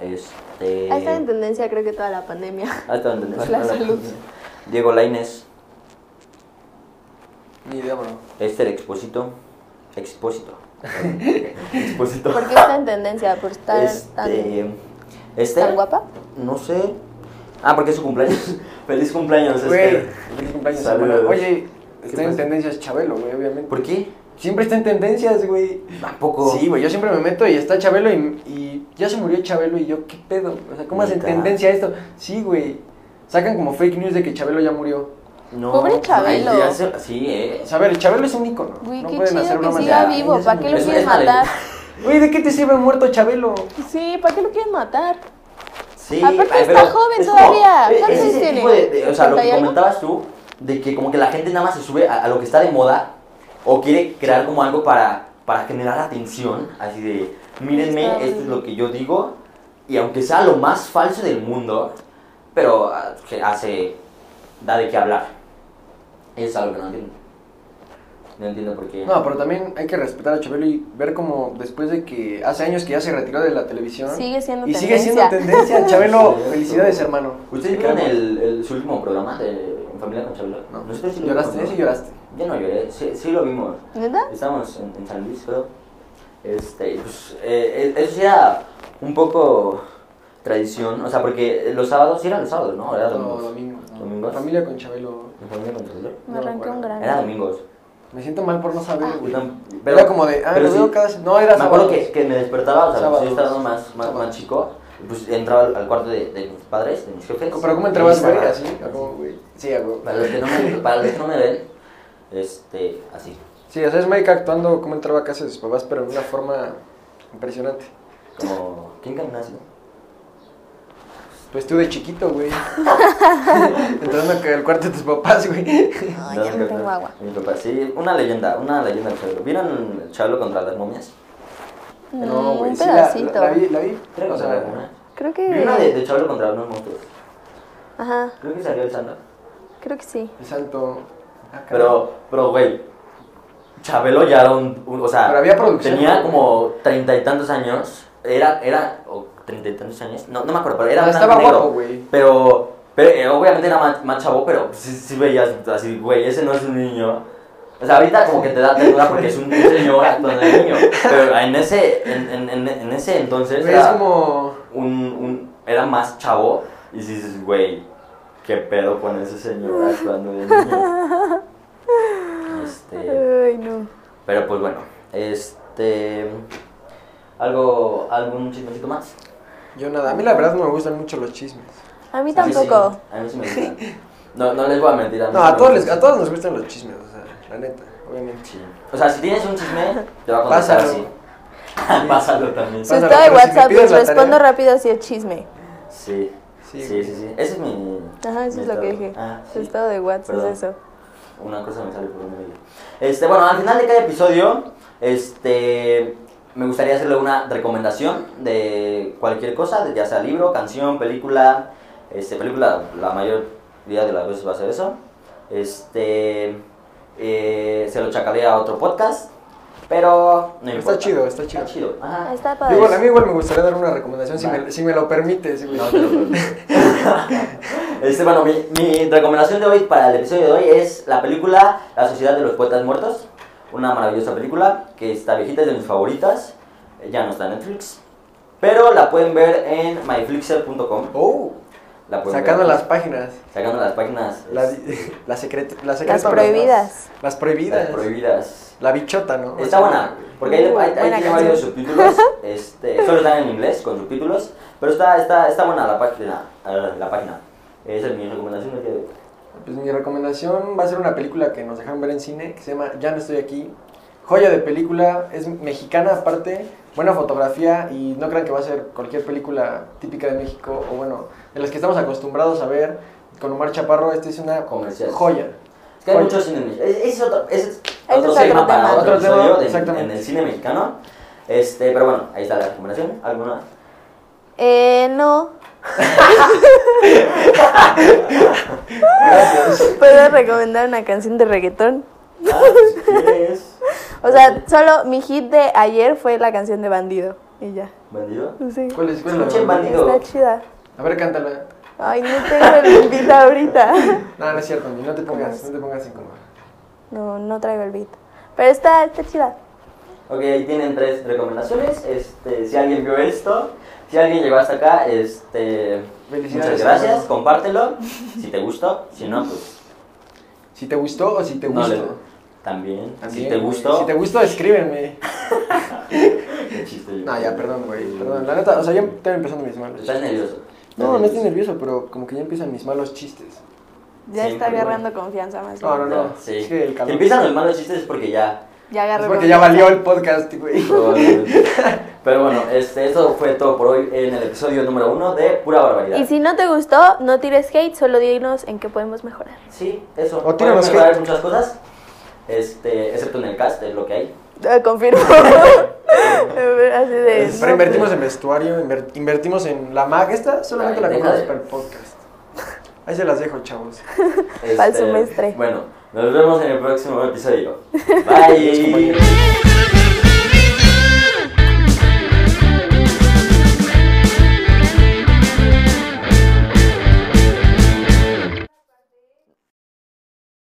Speaker 2: Este...
Speaker 1: Ha estado en tendencia creo que toda la pandemia.
Speaker 2: Ah, está en tendencia.
Speaker 1: La salud.
Speaker 2: Diego Lainez,
Speaker 3: Ni idea, bro.
Speaker 2: Esther Expósito. Expósito. Expósito.
Speaker 1: ¿Por qué está en tendencia? ¿Por estar
Speaker 2: Este,
Speaker 1: tan,
Speaker 2: Esther,
Speaker 1: tan guapa?
Speaker 2: No sé. Ah, porque es su cumpleaños. Feliz cumpleaños, este.
Speaker 3: Güey,
Speaker 2: Esther.
Speaker 3: feliz cumpleaños,
Speaker 2: Saludos.
Speaker 3: hermana. Oye,
Speaker 2: ¿Qué
Speaker 3: está en
Speaker 2: pasa?
Speaker 3: tendencias Chabelo, güey, obviamente.
Speaker 2: ¿Por qué?
Speaker 3: Siempre está en tendencias, güey.
Speaker 2: Tampoco.
Speaker 3: Sí, güey, yo siempre me meto y está Chabelo y, y ya se murió Chabelo y yo, ¿qué pedo? O sea, ¿cómo hacen
Speaker 2: Neta.
Speaker 3: tendencia a esto? Sí, güey. Sacan como fake news de que Chabelo ya murió.
Speaker 2: No,
Speaker 1: Pobre Chabelo.
Speaker 2: ay, ya se- sí, eh.
Speaker 3: O sea, a ver, Chabelo es un ícono.
Speaker 1: Güey,
Speaker 3: no
Speaker 1: qué
Speaker 3: pueden hacer
Speaker 1: chido que
Speaker 3: bromas
Speaker 1: siga
Speaker 3: de-
Speaker 1: vivo.
Speaker 3: ya se
Speaker 1: ¿Para qué lo
Speaker 3: murió.
Speaker 2: Es-
Speaker 1: quieren
Speaker 2: es la
Speaker 1: matar?
Speaker 3: Güey, ¿de qué te sirve muerto Chabelo?
Speaker 1: Sí, ¿para qué lo quieren matar?
Speaker 2: Sí,
Speaker 1: Aparte
Speaker 2: ay,
Speaker 1: está joven
Speaker 2: es
Speaker 1: todavía.
Speaker 2: eh,
Speaker 1: ¿Cuántos
Speaker 2: es
Speaker 1: años
Speaker 2: ese
Speaker 1: tiene?
Speaker 2: tipo de- de- o sea, lo
Speaker 1: ¿Treinta y
Speaker 2: que
Speaker 1: algo?
Speaker 2: comentabas tú, de que como que la gente nada más se sube a, a lo que está de moda o quiere crear como algo para, para generar atención, así de, mírenme,
Speaker 1: Está
Speaker 2: esto es
Speaker 1: bien.
Speaker 2: lo que yo digo, y aunque sea lo más falso del mundo, pero ah, que hace, da de qué hablar. Es algo que no entiendo. No entiendo por qué.
Speaker 3: No, pero también hay que respetar a Chabelo y ver como después de que hace años que ya se retiró de la televisión.
Speaker 1: Sigue siendo
Speaker 3: y sigue
Speaker 1: tendencia.
Speaker 3: siendo tendencia. Chabelo,
Speaker 2: Sí,
Speaker 3: felicidades,
Speaker 2: eso.
Speaker 3: hermano.
Speaker 2: ¿Ustedes vieron el, el- su último programa de En Familia con Chabelo?
Speaker 3: No.
Speaker 2: Nosotros sí lo
Speaker 3: ¿Lloraste?
Speaker 2: vimos,
Speaker 3: Sí,
Speaker 2: ¿no?
Speaker 3: lloraste.
Speaker 2: Yo no lloré, sí, sí lo vimos.
Speaker 1: ¿Verdad?
Speaker 2: Estábamos en, en San Luis, creo. Este, pues, eh, eh, eso sí era un poco tradición, o sea, porque los sábados, sí eran los sábados, ¿no? Era
Speaker 3: No,
Speaker 2: domingos.
Speaker 3: domingo. no.
Speaker 2: ¿Domingos?
Speaker 3: Familia con Chabelo.
Speaker 2: ¿En Familia con Chabelo?
Speaker 1: Me
Speaker 3: No,
Speaker 1: arranqué
Speaker 3: bueno.
Speaker 1: un
Speaker 2: Era
Speaker 1: grano.
Speaker 2: domingos.
Speaker 3: Me siento mal por no
Speaker 1: Ah.
Speaker 3: saber, güey.
Speaker 2: Pero,
Speaker 3: era como de, ah,
Speaker 2: pero
Speaker 3: lo
Speaker 2: sí,
Speaker 3: veo cada... se- No, era
Speaker 2: me acuerdo
Speaker 3: sábado.
Speaker 2: que, que me despertaba, o sea,
Speaker 3: Sábados.
Speaker 2: pues, yo estaba más, más,
Speaker 3: Sábados.
Speaker 2: más chico, y pues entraba al, al cuarto de, de mis padres, de mis jefes.
Speaker 3: Pero ¿cómo entrabas,
Speaker 2: Y me
Speaker 3: güey?
Speaker 2: agarraba.
Speaker 3: Así, ¿o cómo, güey? Sí, a huevo.
Speaker 2: Para los que no me, para los que no me ven, este, así.
Speaker 3: Sí, o sea, es Mike actuando como entraba a casa de sus papás, pero de una forma impresionante.
Speaker 2: Como, ¿quién gimnasio?
Speaker 3: Pues tú de chiquito, güey. Entrando al cuarto de tus papás, güey.
Speaker 1: Ay, ya no tengo agua.
Speaker 2: Mi papá, sí, una leyenda, una leyenda del Chabelo. ¿Vieron el Chabelo contra las momias?
Speaker 1: No, un
Speaker 3: sí, la,
Speaker 1: pedacito.
Speaker 3: la, la vi, la vi.
Speaker 2: Creo que
Speaker 3: O
Speaker 2: salió
Speaker 3: sea,
Speaker 2: una.
Speaker 1: Creo
Speaker 2: Vi una de,
Speaker 1: que...
Speaker 2: de Chabelo contra unos monstruos.
Speaker 1: Ajá,
Speaker 2: Creo que salió el Sandra.
Speaker 1: creo que sí.
Speaker 3: el santo. Ah, cabrón.
Speaker 2: Pero, pero, güey, Chabelo ya era un, un- o sea,
Speaker 3: Pero había producción,
Speaker 2: tenía
Speaker 3: güey.
Speaker 2: como treinta y tantos años, era, era, o treinta y tantos años, no, no me acuerdo, pero era
Speaker 3: Ah,
Speaker 2: blanco
Speaker 3: estaba
Speaker 2: y negro.
Speaker 3: guapo, güey.
Speaker 2: Pero, pero eh, obviamente era más, más chavo, pero sí, sí veías así, güey, ese no es un niño. O sea, ahorita como que te da ternura porque es un señor actuando de niño, pero en ese, en, en, en, en ese entonces
Speaker 3: Güey, es
Speaker 2: era,
Speaker 3: como.
Speaker 2: un, un, era más chavo y dices, güey, qué pedo con ese señor actuando de niño. Este,
Speaker 1: Ay, no.
Speaker 2: pero pues bueno, este, algo, algún chismecito más.
Speaker 3: Yo nada. A mí la verdad no me gustan mucho los chismes.
Speaker 1: A mí
Speaker 2: A mí sí,
Speaker 1: tampoco.
Speaker 2: a mí sí me gusta. No, no les voy a mentir. mí
Speaker 3: No,
Speaker 2: sí
Speaker 3: a
Speaker 2: me
Speaker 3: todos, les,
Speaker 2: gusta.
Speaker 3: a todos nos gustan los chismes, o sea, la neta, obviamente.
Speaker 2: Sí. O sea, si tienes un chisme, te va a contestar
Speaker 3: Pásalo.
Speaker 2: así. Pásalo también.
Speaker 1: Su
Speaker 3: Pásalo,
Speaker 1: estado de
Speaker 3: pero si me
Speaker 1: WhatsApp,
Speaker 3: pides la
Speaker 1: respondo
Speaker 3: tarea-
Speaker 1: rápido si es chisme.
Speaker 2: Sí. Sí,
Speaker 3: Sí.
Speaker 2: sí, sí, Ese es mi...
Speaker 1: Ajá, eso
Speaker 2: mi
Speaker 1: es lo que
Speaker 2: estado.
Speaker 1: dije.
Speaker 2: Ah,
Speaker 1: Su
Speaker 2: sí.
Speaker 1: estado de WhatsApp
Speaker 2: Perdón.
Speaker 1: es eso.
Speaker 2: Una cosa me sale por un medio. Este, bueno, al final de cada episodio, este, me gustaría hacerle una recomendación de cualquier cosa, de- ya sea libro, canción, película. Este, película, la mayoría de las veces va a ser eso. Este, eh, se lo chacalé a otro podcast. Pero no
Speaker 3: Está
Speaker 2: importa.
Speaker 3: chido, está chido.
Speaker 2: Está chido. Ajá.
Speaker 1: Está
Speaker 3: Yo
Speaker 1: padre.
Speaker 3: igual- a mí igual me gustaría dar una recomendación, si
Speaker 2: Vale.
Speaker 3: me, si me lo permites. güey.
Speaker 2: No, te lo prometo. este, bueno, mi, mi recomendación de hoy para el episodio de hoy es la película La Sociedad de los Poetas Muertos. Una maravillosa película que está viejita, es de mis favoritas. Eh, Ya no está en Netflix. Pero la pueden ver en myflixer.com.
Speaker 3: Oh,
Speaker 2: La pueden
Speaker 3: sacando
Speaker 2: ver.
Speaker 3: las páginas.
Speaker 2: Sacando las páginas.
Speaker 3: La,
Speaker 2: es-
Speaker 3: la secreta- la secreta-
Speaker 1: Las prohibidas.
Speaker 3: Las prohibidas.
Speaker 2: las prohibidas.
Speaker 3: La bichota, ¿no?
Speaker 2: Está buena, porque ahí,
Speaker 1: Uh,
Speaker 2: ahí- ahí
Speaker 1: buena
Speaker 2: tiene
Speaker 1: canción.
Speaker 2: varios subtítulos. Este, solo están en inglés con subtítulos, pero está, está, está buena la página. eh, La página. Esa es mi recomendación del día de hoy.
Speaker 3: Pues mi recomendación va a ser una película que nos dejan ver en cine, que se llama Ya no estoy aquí. Joya de película, es mexicana aparte, buena fotografía y no crean que va a ser cualquier película típica de México o bueno, de las que estamos acostumbrados a ver con Omar Chaparro, esta es una
Speaker 2: Comercial.
Speaker 3: joya.
Speaker 2: Es que hay
Speaker 3: Oye.
Speaker 2: muchos cine mexicano. Ese es otro, ese es
Speaker 1: Ese
Speaker 2: otro
Speaker 1: es
Speaker 2: tema
Speaker 1: otro
Speaker 2: para
Speaker 1: tema.
Speaker 2: otro
Speaker 3: este Otro tema,
Speaker 2: episodio de-
Speaker 3: exactamente.
Speaker 2: en el cine mexicano. Este, pero bueno, ahí está la recomendación. ¿Alguna?
Speaker 1: Eh, no. ¿Puedo recomendar una canción de reggaetón?
Speaker 2: Ah, si ¿Quieres?
Speaker 1: O sea, solo mi hit de ayer fue la canción de Bandido. Y ya.
Speaker 2: ¿Bandido?
Speaker 1: Sí.
Speaker 3: ¿Cuál es? cuál es la
Speaker 2: Escuchen
Speaker 3: verdad?
Speaker 2: Bandido.
Speaker 1: Está chida.
Speaker 3: A ver, cántala.
Speaker 1: Ay, no tengo el beat ahorita.
Speaker 3: No, no es cierto, Andy, no te pongas, no te pongas incómodo.
Speaker 1: No, no traigo el beat. Pero está, está chida.
Speaker 2: Ok, ahí tienen tres recomendaciones. Este, si alguien vio esto, si alguien llegó hasta acá, este,
Speaker 3: Felicidades.
Speaker 2: muchas gracias, compártelo. Si te gustó, si no, pues
Speaker 3: Si te gustó o si te
Speaker 2: no
Speaker 3: gustó.
Speaker 2: le- también.
Speaker 3: También,
Speaker 2: Si te
Speaker 3: güey.
Speaker 2: gustó,
Speaker 3: Si te gustó, escríbeme.
Speaker 2: Qué chiste, yo.
Speaker 3: No, ya, perdón, güey. Perdón, la neta, o sea, yo estoy empezando mis malos.
Speaker 2: Estás nervioso.
Speaker 3: No, no estoy nervioso, pero como que ya empiezan mis malos chistes.
Speaker 1: Ya está
Speaker 2: Siempre, güey.
Speaker 1: agarrando confianza más. bien.
Speaker 3: No, no, no.
Speaker 2: Sí.
Speaker 3: Es que el calor.
Speaker 2: Si empiezan los malos chistes es porque ya
Speaker 1: Ya
Speaker 3: Es
Speaker 1: agarró
Speaker 3: porque ya
Speaker 1: confianza.
Speaker 3: valió el podcast, güey.
Speaker 2: Probablemente. Pero bueno, este, esto fue todo por hoy en el episodio número uno de Pura Barbaridad.
Speaker 1: Y si no te gustó, no tires hate, solo dinos en qué podemos mejorar.
Speaker 2: Sí, eso.
Speaker 3: O
Speaker 2: Podemos
Speaker 3: tíranos
Speaker 2: mejorar
Speaker 3: hate.
Speaker 2: muchas cosas, este, excepto en el cast, es lo que hay.
Speaker 1: Ah, Confirmo. Así de.
Speaker 3: Pero
Speaker 1: no,
Speaker 3: Pues,
Speaker 1: pues,
Speaker 3: invertimos en vestuario, inver- invertimos en la mag. Esta solamente
Speaker 2: Ay,
Speaker 3: la
Speaker 2: deja
Speaker 3: compramos
Speaker 2: de-
Speaker 3: para el podcast. Ahí se las dejo, chavos.
Speaker 2: Este,
Speaker 1: Falso maestre.
Speaker 2: Bueno, nos vemos en el próximo episodio.
Speaker 3: Adiós,
Speaker 2: Bye.
Speaker 3: compañeros.